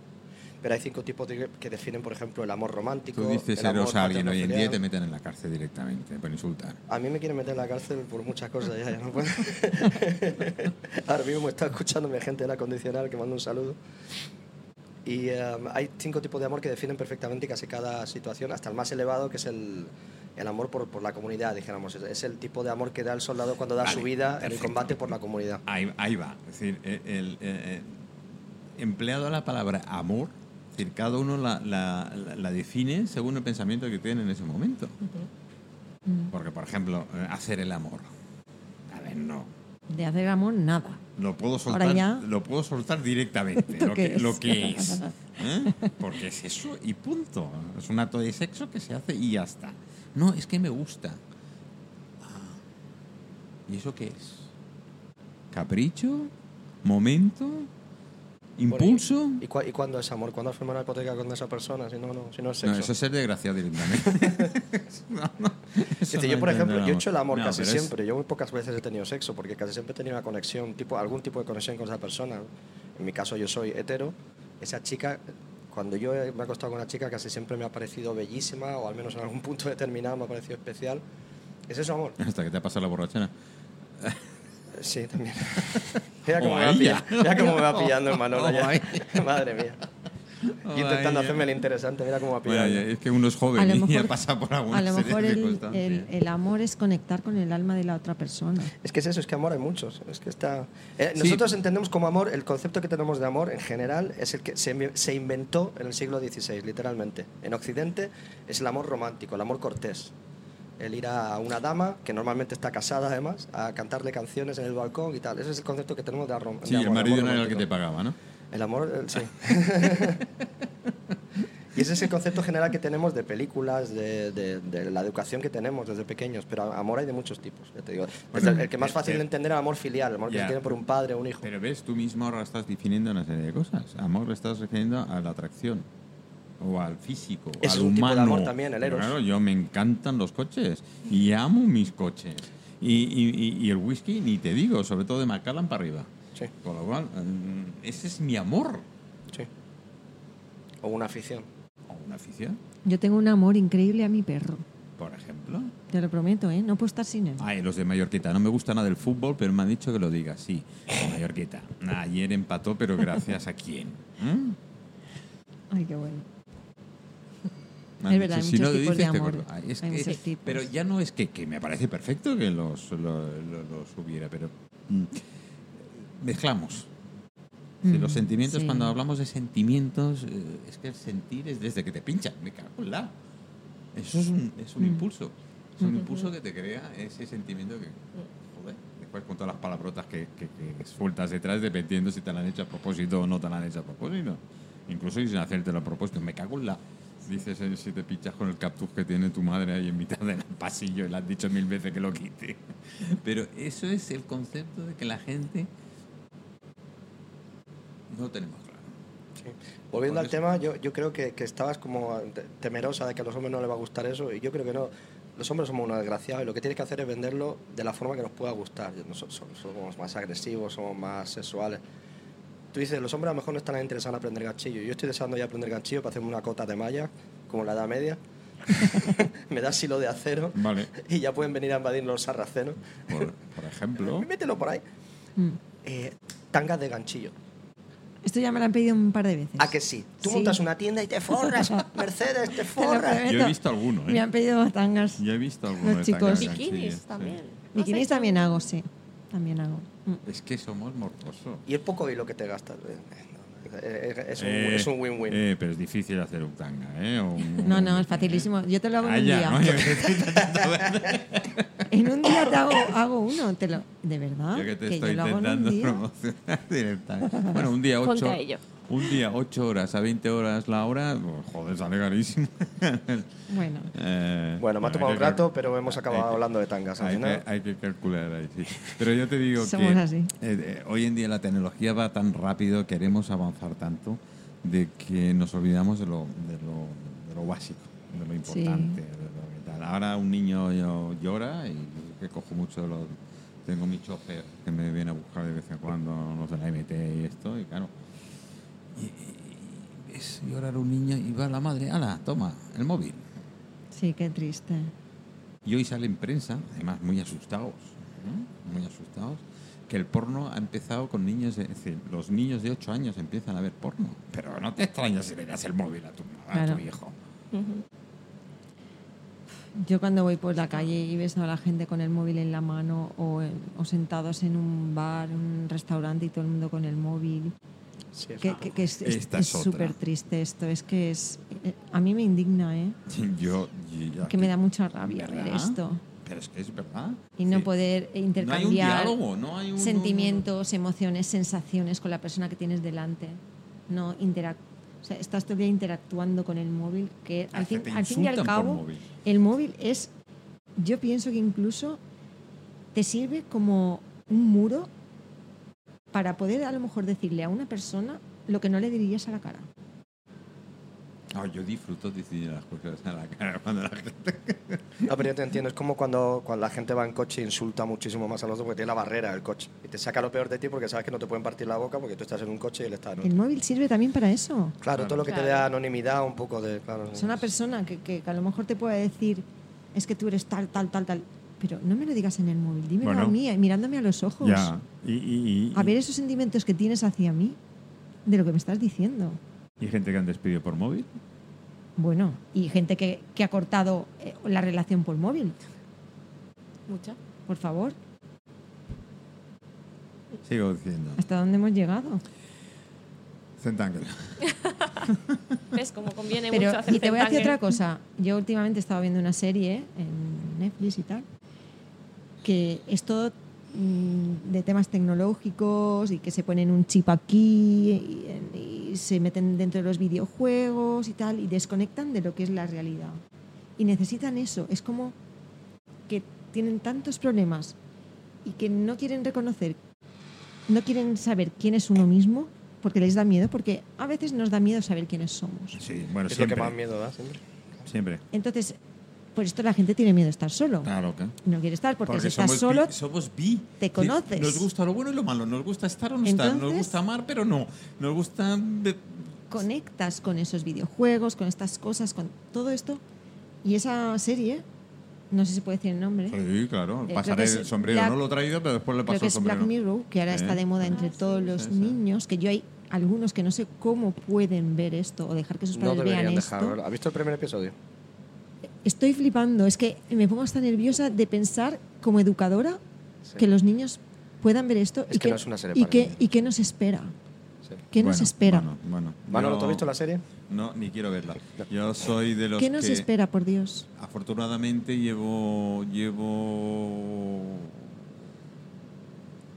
S3: Pero hay cinco tipos de- que definen, por ejemplo, el amor romántico.
S1: Tú dices
S3: el amor
S1: eros a alguien hoy en día y
S3: paternofilial.
S1: te meten en la cárcel directamente por insultar.
S3: A mí me quieren meter en la cárcel por muchas cosas, ya, ya no puedo. <laughs> Ahora mismo está escuchándome gente de la condicional que manda un saludo. Y em, hay cinco tipos de amor que definen perfectamente casi cada situación, hasta el más elevado, que es el, el amor por, por la comunidad, dijéramos. Es- Es el tipo de amor que da el soldado cuando da
S1: Vale,
S3: su vida en el
S1: perfecto.
S3: combate por la comunidad.
S1: Ahí, ahí va. Es decir, el, el- el- empleado la palabra amor, es decir, cada uno la, la- la- la define según el pensamiento que tiene en ese momento. Porque, por ejemplo, eh, hacer el amor. A ver, no.
S2: De hacer amor, nada.
S1: Lo puedo
S2: Ahora
S1: soltar,
S2: ya.
S1: lo puedo soltar directamente,
S2: <laughs> ¿Esto
S1: lo
S2: qué
S1: que,
S2: es?
S1: lo que es. ¿eh? Porque es eso y punto. Es un acto de sexo que se hace y ya está. No, es que me gusta. Ah, ¿Y eso qué es? ¿Capricho? ¿Momento? ¿Impulso?
S3: ¿Y, cua- y cuándo es amor? ¿Cuándo has firmado una hipoteca con esa persona? Si no, no, si no es sexo.
S1: No, eso es ser desgraciado directamente. <laughs> No, no, eso
S3: Este,
S1: no
S3: yo, por
S1: entiendo
S3: ejemplo, yo he hecho el amor
S1: No,
S3: casi
S1: pero es-
S3: siempre. Yo muy pocas veces he tenido sexo porque casi siempre he tenido una conexión, tipo, algún tipo de conexión con esa persona. En mi caso, yo soy hetero. Esa chica, cuando yo he- me he acostado con una chica, casi siempre me ha parecido bellísima o al menos en algún punto determinado me ha parecido especial. ¿Es eso amor?
S1: Hasta que te ha pasado la borrachera. <laughs>
S3: Sí, también. Mira
S1: O
S3: cómo,
S1: a
S3: me va,
S1: ella.
S3: pillando, mira cómo
S1: <laughs>
S3: me va pillando el Manolo
S1: O a
S3: ya.
S1: ella.
S3: <laughs> Madre mía. Yo intentando hacerme el interesante, mira cómo me va
S1: Bueno,
S3: pillando.
S1: ya, es que uno es
S2: A
S1: joven
S2: lo
S1: y ya
S2: mejor-
S1: pasa por alguna
S2: A lo
S1: serie
S2: mejor
S1: de
S2: el,
S1: circunstancias.
S2: el- el amor es conectar con el alma de la otra persona.
S3: Es que es eso, es que amor hay muchos. Es que está... Eh,
S1: Sí.
S3: Nosotros entendemos como amor, el concepto que tenemos de amor en general es el que se, inve- se inventó en el siglo XVI, literalmente. En Occidente es el amor romántico, el amor cortés. El ir a una dama, que normalmente está casada además, a cantarle canciones en el balcón y tal. Ese es el concepto que tenemos de, arrom- de
S1: Sí,
S3: amor.
S1: el marido
S3: amor
S1: no era el que te
S3: romántico.
S1: pagaba, ¿no?
S3: El amor, el- sí.
S1: <laughs>
S3: y ese es el concepto general que tenemos de películas, de, de- de la educación que tenemos desde pequeños. Pero amor hay de muchos tipos, ya te digo. Desde el, el que más
S1: eh,
S3: fácil
S1: eh,
S3: de entender es el amor filial, el amor que
S1: ya. Eh.
S3: se tiene por un padre o un hijo.
S1: Pero ves, tú mismo ahora estás definiendo una serie de cosas. Amor le estás refiriendo a la atracción, o al físico,
S3: Ese
S1: al
S3: es un tipo de
S1: humano.
S3: amor también, el
S1: Pero
S3: Eros.
S1: Claro, yo me encantan los coches y amo mis coches. Y, y- y- y el whisky, ni te digo, sobre todo de Macallan para arriba.
S3: Sí,
S1: Con lo cual, mm, ese es mi amor.
S3: sí. O una afición.
S1: O una afición,
S2: Yo tengo un amor increíble a mi perro.
S1: por ejemplo.
S2: Te lo prometo, ¿eh? No puedo estar sin él.
S1: Ay, los de Mallorquita. No me gusta nada el fútbol, pero me han dicho que lo diga. Sí, Mallorquita. Ayer empató, pero gracias a quién. ¿Mm?
S2: Ay, qué bueno.
S1: Me han
S2: Es verdad, hay
S1: dicho, si no
S2: muchos
S1: lo
S2: tipos de
S1: dices, te
S2: amor.
S1: corto. Ay, es
S2: Hay
S1: que-
S2: muchos tipos.
S1: Pero ya no es que, que me parece perfecto que los, lo- lo- los hubiera, pero mm, mezclamos. Si
S2: Mm,
S1: los sentimientos,
S2: sí.
S1: cuando hablamos de sentimientos, eh, es que el sentir es desde que te pinchan, me cago en la. Eso es un, es un
S2: Mm.
S1: impulso. Es un impulso que te crea ese sentimiento que, joder, después con todas las palabrotas que, que- que sueltas detrás, dependiendo si te la han hecho a propósito o no te la han hecho a propósito. Incluso sin hacértelo a propósito, me cago en la. Dices eh, si te pinchas con el cactus que tiene tu madre ahí en mitad del pasillo y le has dicho mil veces que lo quite. Pero eso es el concepto de que la gente no tenemos claro.
S3: Sí. Volviendo
S1: Por
S3: al
S1: eso.
S3: tema, yo, yo creo que, que estabas como te- temerosa de que a los hombres no les va a gustar eso, y yo creo que no. Los hombres somos unos desgraciados y lo que tienes que hacer es venderlo de la forma que nos pueda gustar. Nos- so- somos más agresivos, somos más sexuales. Tú dices, los hombres a lo mejor no están interesados en aprender ganchillo. Yo estoy deseando ya aprender ganchillo para hacerme una cota de malla, como la
S1: <laughs>
S3: Edad Media. <laughs> Me das silo de acero
S1: Vale.
S3: y ya pueden venir a invadir los sarracenos.
S1: Por, por
S3: <laughs>
S1: ejemplo,
S3: Mételo por ahí.
S2: Mm.
S3: Eh, tangas de ganchillo.
S2: Esto ya me lo han pedido un par de veces.
S3: ¿A que sí? Tú
S2: Sí.
S3: montas una tienda y te forras,
S2: <laughs>
S3: Mercedes, te
S2: Te lo
S3: forras.
S1: yo
S2: prometo.
S1: he visto alguno,
S2: Me
S1: ¿eh?
S2: han pedido tangas.
S1: Yo he visto alguno.
S2: Los
S1: de tanga
S2: chicos.
S1: de ganchillo,
S4: Bikinis
S1: sí. este.
S4: también.
S2: Bikinis también hago, sí. También hago. Mm.
S1: Es que somos morbosos.
S3: Y el poco hilo que te gastas. eh, no, eh, eh, Es un,
S1: Eh,
S3: es un win-win.
S1: eh, pero es difícil hacer un tanga, ¿eh? O un- <laughs>
S2: No, no, es facilísimo. Yo te lo hago en
S1: Ah,
S2: un
S1: ya,
S2: día.
S1: ¿no?
S2: En un día te hago, hago uno, te lo, de verdad.
S1: Yo que te
S2: yo
S1: estoy
S2: lo hago en un
S1: intentando
S2: día.
S1: promocionar <laughs> directamente. Bueno, un día
S4: Ponte
S1: 8
S4: a ello.
S1: Un día 8 horas a 20 horas la hora, pues, joder, sale carísimo. <laughs>
S2: Bueno,
S1: Eh,
S3: Bueno, me ha
S1: hay
S3: tomado
S1: que
S3: un rato,
S1: cal-
S3: pero hemos acabado
S1: hay que-
S3: hablando de tangas al
S1: Hay que,
S3: final.
S1: hay que calcular ahí, sí. Pero yo te digo
S2: <laughs> Somos
S1: que
S2: así.
S1: eh, eh, hoy en día la tecnología va tan rápido, queremos avanzar tanto, de que nos olvidamos de lo, de lo, de lo básico, de lo
S2: Sí.
S1: importante. de lo que tal. Ahora un niño yo- llora y yo que cojo mucho los... Tengo mi chofer que me viene a buscar de vez en cuando, no sé, la MT y esto, y claro. Y, y- y ves llorar un niño y va la madre, ala, toma, el móvil.
S2: sí, qué triste.
S1: Y hoy sale en prensa, además muy asustados, ¿no? muy asustados, que el porno ha empezado con niños, de- es decir, los niños de 8 años empiezan a ver porno. Pero no te extrañas si le das el móvil a tu, a tu
S2: Claro.
S1: hijo. <laughs>
S2: Yo cuando voy por la calle y ves a la gente con el móvil en la mano o, en- o sentados en un bar, un restaurante y todo el mundo con el móvil,
S3: Sí, es
S2: que,
S3: raro.
S2: que- que es- es
S1: Esta es otra.
S2: súper triste esto. Es que es, eh, a mí me indigna, ¿eh?
S1: Yo, yo- yo
S2: Que
S1: aquí-
S2: me da mucha rabia
S1: ¿Verdad?
S2: ver esto.
S1: Pero es que es verdad.
S2: Y no
S1: Sí.
S2: poder
S1: No hay un
S2: intercambiar
S1: diálogo, no hay un...
S2: sentimientos, emociones, sensaciones con la persona que tienes delante. No interac o sea, estás todavía interactuando con el móvil, que al
S1: Hasta
S2: fin,
S1: te
S2: al fin y al
S1: insultan por
S2: cabo,
S1: móvil.
S2: el móvil es, yo pienso que incluso te sirve como un muro para poder a lo mejor decirle a una persona lo que no le dirías a la cara.
S1: Ah, yo disfruto diciendo las cosas a la cara cuando la gente...
S3: No, pero yo te entiendo. Es como cuando, cuando la gente va en coche e insulta muchísimo más a los dos porque tiene la barrera del coche. Y te saca lo peor de ti porque sabes que no te pueden partir la boca porque tú estás en un coche y él está en otro.
S2: El móvil sirve también para eso.
S3: Claro, todo lo que te
S4: Claro.
S3: da anonimidad, un poco de. Claro,
S2: Es una persona que, que- que a lo mejor te puede decir, es que tú eres tal, tal, tal, tal. Pero no me lo digas en el móvil, dímelo a
S1: Bueno.
S2: mí, eh, mirándome a los ojos.
S1: Y, y, y-
S2: A ver esos sentimientos que tienes hacia mí, de lo que me estás diciendo.
S1: y gente que han despedido por móvil.
S2: Bueno, y gente que, que ha cortado eh, la relación por móvil,
S4: Mucha.
S2: por favor.
S1: Sigo diciendo.
S2: ¿Hasta dónde hemos llegado?
S1: Centángel.
S4: ¿Ves cómo conviene
S2: Pero,
S4: mucho hacer
S2: y te voy a decir
S4: centangue?
S2: otra cosa. Yo últimamente he estado viendo una serie en Netflix y tal, que es todo mm, de temas tecnológicos y que se ponen un chip aquí y, y se meten dentro de los videojuegos y tal y desconectan de lo que es la realidad. Y necesitan eso. Es como que tienen tantos problemas y que no quieren reconocer, no quieren saber quién es uno mismo porque les da miedo, porque a veces nos da miedo saber quiénes somos.
S1: Sí, bueno,
S3: Es lo que
S1: siempre.
S3: más miedo da siempre.
S1: Siempre.
S2: Entonces, por esto la gente tiene miedo a estar solo.
S1: Claro que.
S2: No quiere estar porque, si estás
S1: somos
S2: solo,
S1: bi, somos bi.
S2: te
S1: Sí,
S2: conoces.
S1: Nos gusta lo bueno y lo malo. Nos gusta estar o no estar. Nos
S2: Entonces-
S1: gusta amar, pero no. Nos gusta. de-
S2: conectas con esos videojuegos, con estas cosas, con todo esto. Y esa serie, no sé si puede decir el nombre,
S1: Sí, claro.
S2: Eh, creo
S1: Pasaré
S2: que es
S1: el sombrero.
S2: Black-
S1: no lo he traído, pero después le
S2: creo
S1: paso
S2: que
S1: el
S2: es Black
S1: sombrero.
S2: Mirror, que ahora
S1: Sí.
S2: está de moda entre
S4: Ah, sí,
S2: todos
S4: sí,
S2: los
S1: sí.
S2: niños, que yo hay algunos que no sé cómo pueden ver esto o dejar que sus
S3: No
S2: padres vean
S3: deberían
S2: esto.
S3: dejarlo. ¿Has visto el primer episodio?
S2: Estoy flipando, es que me pongo hasta nerviosa de pensar como educadora
S3: Sí.
S2: que los niños puedan ver esto
S3: Es
S2: y
S3: que no es una serie
S2: y
S3: para
S2: que-
S3: niños.
S2: y qué nos espera.
S3: Sí.
S2: ¿Qué nos
S1: Bueno,
S2: espera?
S1: Bueno, bueno.
S3: Manolo, ¿tú
S1: Yo-
S3: has visto la serie?
S1: No, ni quiero verla. Yo soy de los
S2: ¿Qué nos
S1: que.
S2: espera, por Dios?
S1: Afortunadamente llevo. Llevo.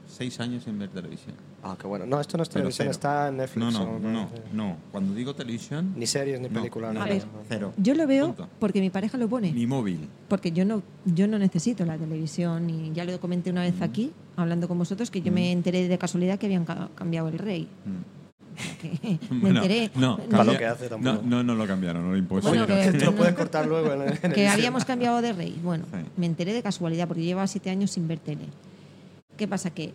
S1: Seis años en ver televisión.
S3: Ah, qué bueno. No, esto no es
S1: Pero
S3: televisión,
S1: cero.
S3: está en Netflix.
S1: No,
S3: o-
S1: no, no, no. Cuando digo televisión,
S3: Ni series, ni
S1: No,
S3: películas.
S1: no,
S2: A
S3: nada.
S2: ver.
S1: cero.
S2: Yo lo veo
S1: Punto.
S2: porque mi pareja lo pone.
S1: Mi móvil.
S2: Porque yo no, yo no necesito la televisión. Y ya lo comenté una vez aquí, hablando con vosotros, que yo me enteré de casualidad que habían ca- cambiado el rey. <laughs> Que
S1: <laughs>
S2: me
S1: Bueno,
S2: enteré.
S1: No,
S2: Me-
S3: Para lo
S1: cambia-
S3: que hace tampoco.
S1: no, no, no lo cambiaron, no lo
S2: Bueno,
S1: impusieron.
S2: que-
S3: <laughs> Te lo puedes cortar luego. en- en el-
S2: que
S1: <laughs>
S2: habíamos cambiado de rey. Bueno,
S1: Sí.
S2: me enteré de casualidad porque llevaba siete años sin ver tele. ¿Qué pasa? Que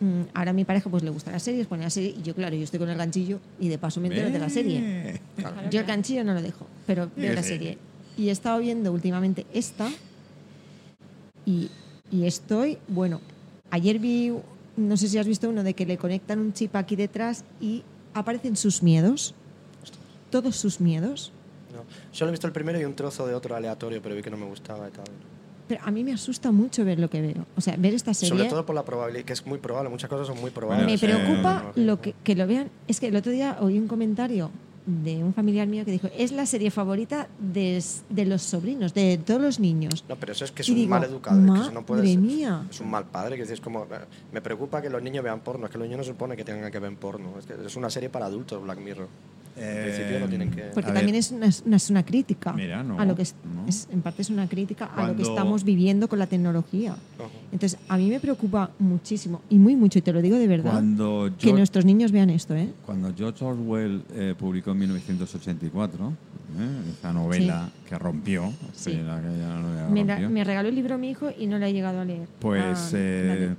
S2: mm, ahora a mi pareja pues le gustan las series, pone la serie y yo, claro, yo estoy con el ganchillo y de paso me entero de la serie.
S1: Eh.
S4: Claro,
S2: Yo el
S4: claro.
S2: ganchillo no lo dejo, pero veo
S1: Sí,
S2: la
S1: sí.
S2: serie. Y he estado viendo últimamente esta y, y estoy, bueno, ayer vi, no sé si has visto uno de que le conectan un chip aquí detrás y aparecen sus miedos, todos sus miedos,
S3: No. Solo he visto el primero y un trozo de otro aleatorio, pero vi que no me gustaba y tal.
S2: pero a mí me asusta mucho ver lo que veo, o sea, ver esta serie.
S3: Sobre todo por la probabilidad, que es muy probable, muchas cosas son muy probables.
S1: Bueno,
S2: me
S1: sí.
S2: preocupa
S3: No, no, no.
S2: lo que, que lo vean. Es que el otro día oí un comentario de un familiar mío que dijo, es la serie favorita de, s- de los sobrinos, de todos los niños.
S3: No, pero eso es que es
S2: Y
S3: un
S2: digo,
S3: mal educado. es que eso no puede
S2: madre
S3: ser.
S2: mía.
S3: Es un mal padre. Que es como, eh, me preocupa que los niños vean porno. Es que los niños no se supone que tengan que ver porno. Es, que es una serie para adultos, Black Mirror. En principio no tienen que.
S2: Porque
S1: A
S2: también
S1: ver.
S2: es una, es una- es una crítica
S1: Mira, no,
S2: a lo que es,
S1: no.
S2: es- en parte es una crítica a lo que
S1: Cuando-
S2: estamos viviendo con la tecnología.
S3: Ojo.
S2: Entonces, a mí me preocupa muchísimo y muy mucho, y te lo digo de verdad,
S1: Cuando
S2: que
S1: George-
S2: nuestros niños vean esto, ¿eh?
S1: Cuando George Orwell eh, publicó en 1984, ¿eh? esa novela que rompió,
S2: Sí.
S1: que la- que ya la novela
S2: Me, la-
S1: rompió,
S2: me regaló el libro mi hijo y no lo he llegado a leer.
S1: pues
S2: Ah, la
S1: eh,
S2: leo.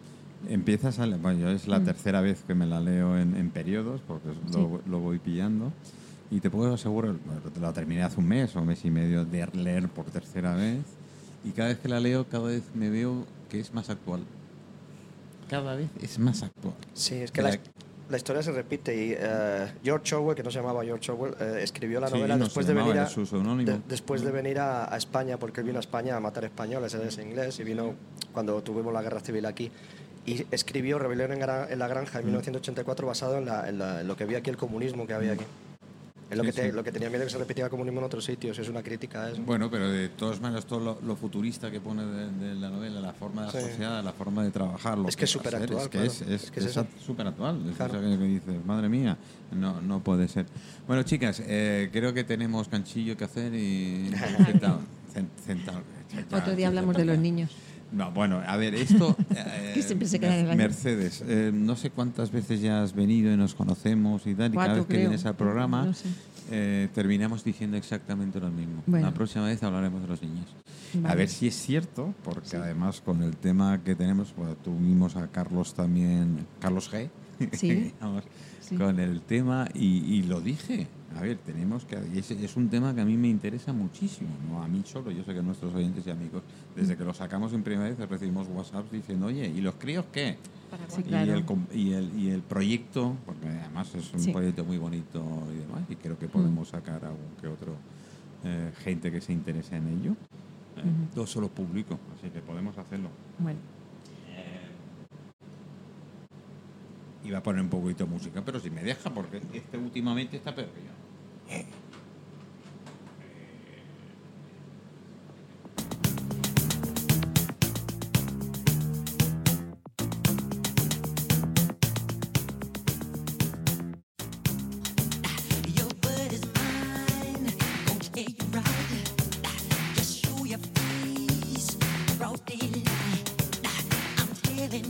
S1: empiezas a leer. Bueno, yo es la
S2: Mm.
S1: tercera vez que me la leo en, en periodos, porque es- lo, lo voy pillando. Y te puedo asegurar, bueno, te la terminé hace un mes o un mes y medio de leer por tercera vez. Y cada vez que la leo, cada vez me veo que es más actual. Cada vez es más actual.
S3: Sí, es que
S1: Mira-
S3: la, la historia se repite. Y eh, George Orwell, que no se llamaba George Orwell, eh, escribió la
S1: Sí,
S3: novela
S1: no se
S3: después, de
S1: llamaba,
S3: venir
S1: era
S3: a,
S1: su seudónimo.
S3: de- después de venir a, a España, porque él vino a España a matar españoles, él es inglés, y vino cuando tuvimos la guerra civil aquí. Y escribió Rebelión en, Gra- en la Granja
S1: Mm.
S3: en 1984 basado en, la- en la- en lo que había aquí, el comunismo que había aquí. Es lo,
S1: Mm. Sí,
S3: que, te-
S1: sí.
S3: lo que tenía miedo que se repitiera el comunismo en otros sitios, es una crítica a eso.
S1: Bueno, pero de todas maneras, todo lo, lo futurista que pone de, de la novela, la forma de la
S3: Sí.
S1: sociedad, la forma de trabajar, lo
S3: Es que es
S1: va a ser,
S3: superactual,
S1: Es que
S3: claro.
S1: es, es,
S3: Es que es
S1: es
S3: eso.
S1: súper actual. Es
S3: Claro.
S1: eso que que dices, madre mía, no, no puede ser. Bueno, chicas, eh, creo que tenemos canchillo que hacer
S3: <laughs>
S1: y. Sentado, cen- sentado. Ya,
S2: Otro día
S1: ya,
S2: hablamos
S1: ya,
S2: de los
S1: ya.
S2: niños.
S1: No, bueno, a ver,
S2: <laughs>
S1: esto. eh,
S2: Que siempre se queda en el baño.
S1: Mercedes, eh, no sé cuántas veces ya has venido y nos conocemos y tal, y cada
S2: Cuatro,
S1: vez que
S2: creo.
S1: vienes al programa.
S2: No sé.
S1: eh, terminamos diciendo exactamente lo mismo.
S2: Bueno.
S1: La próxima vez hablaremos de los niños. A
S2: Vale.
S1: ver si es cierto, porque además con el tema que tenemos, bueno, tuvimos a Carlos también, Carlos G. <laughs>
S2: Sí.
S1: Vamos,
S2: Sí.
S1: Con el tema, y, y lo dije. A ver, tenemos que. y Es, es un tema que a mí me interesa muchísimo, no a mí solo, yo sé que a nuestros oyentes y amigos,
S2: Mm.
S1: desde que lo sacamos en primera vez, recibimos WhatsApps diciendo, oye, ¿y los críos qué?
S4: Para
S2: Sí,
S1: Y,
S2: claro.
S1: el, com- y, el, y el proyecto, porque además es un
S2: Sí. Mm.
S1: proyecto muy bonito y demás, y creo que podemos sacar a algún que otro eh, gente que se interese en ello. Eh,
S2: Ujú.
S1: Todo solo público, así que podemos hacerlo.
S2: Bueno,
S1: Iba a poner un poquito de música, pero si me deja, porque este últimamente está perdido.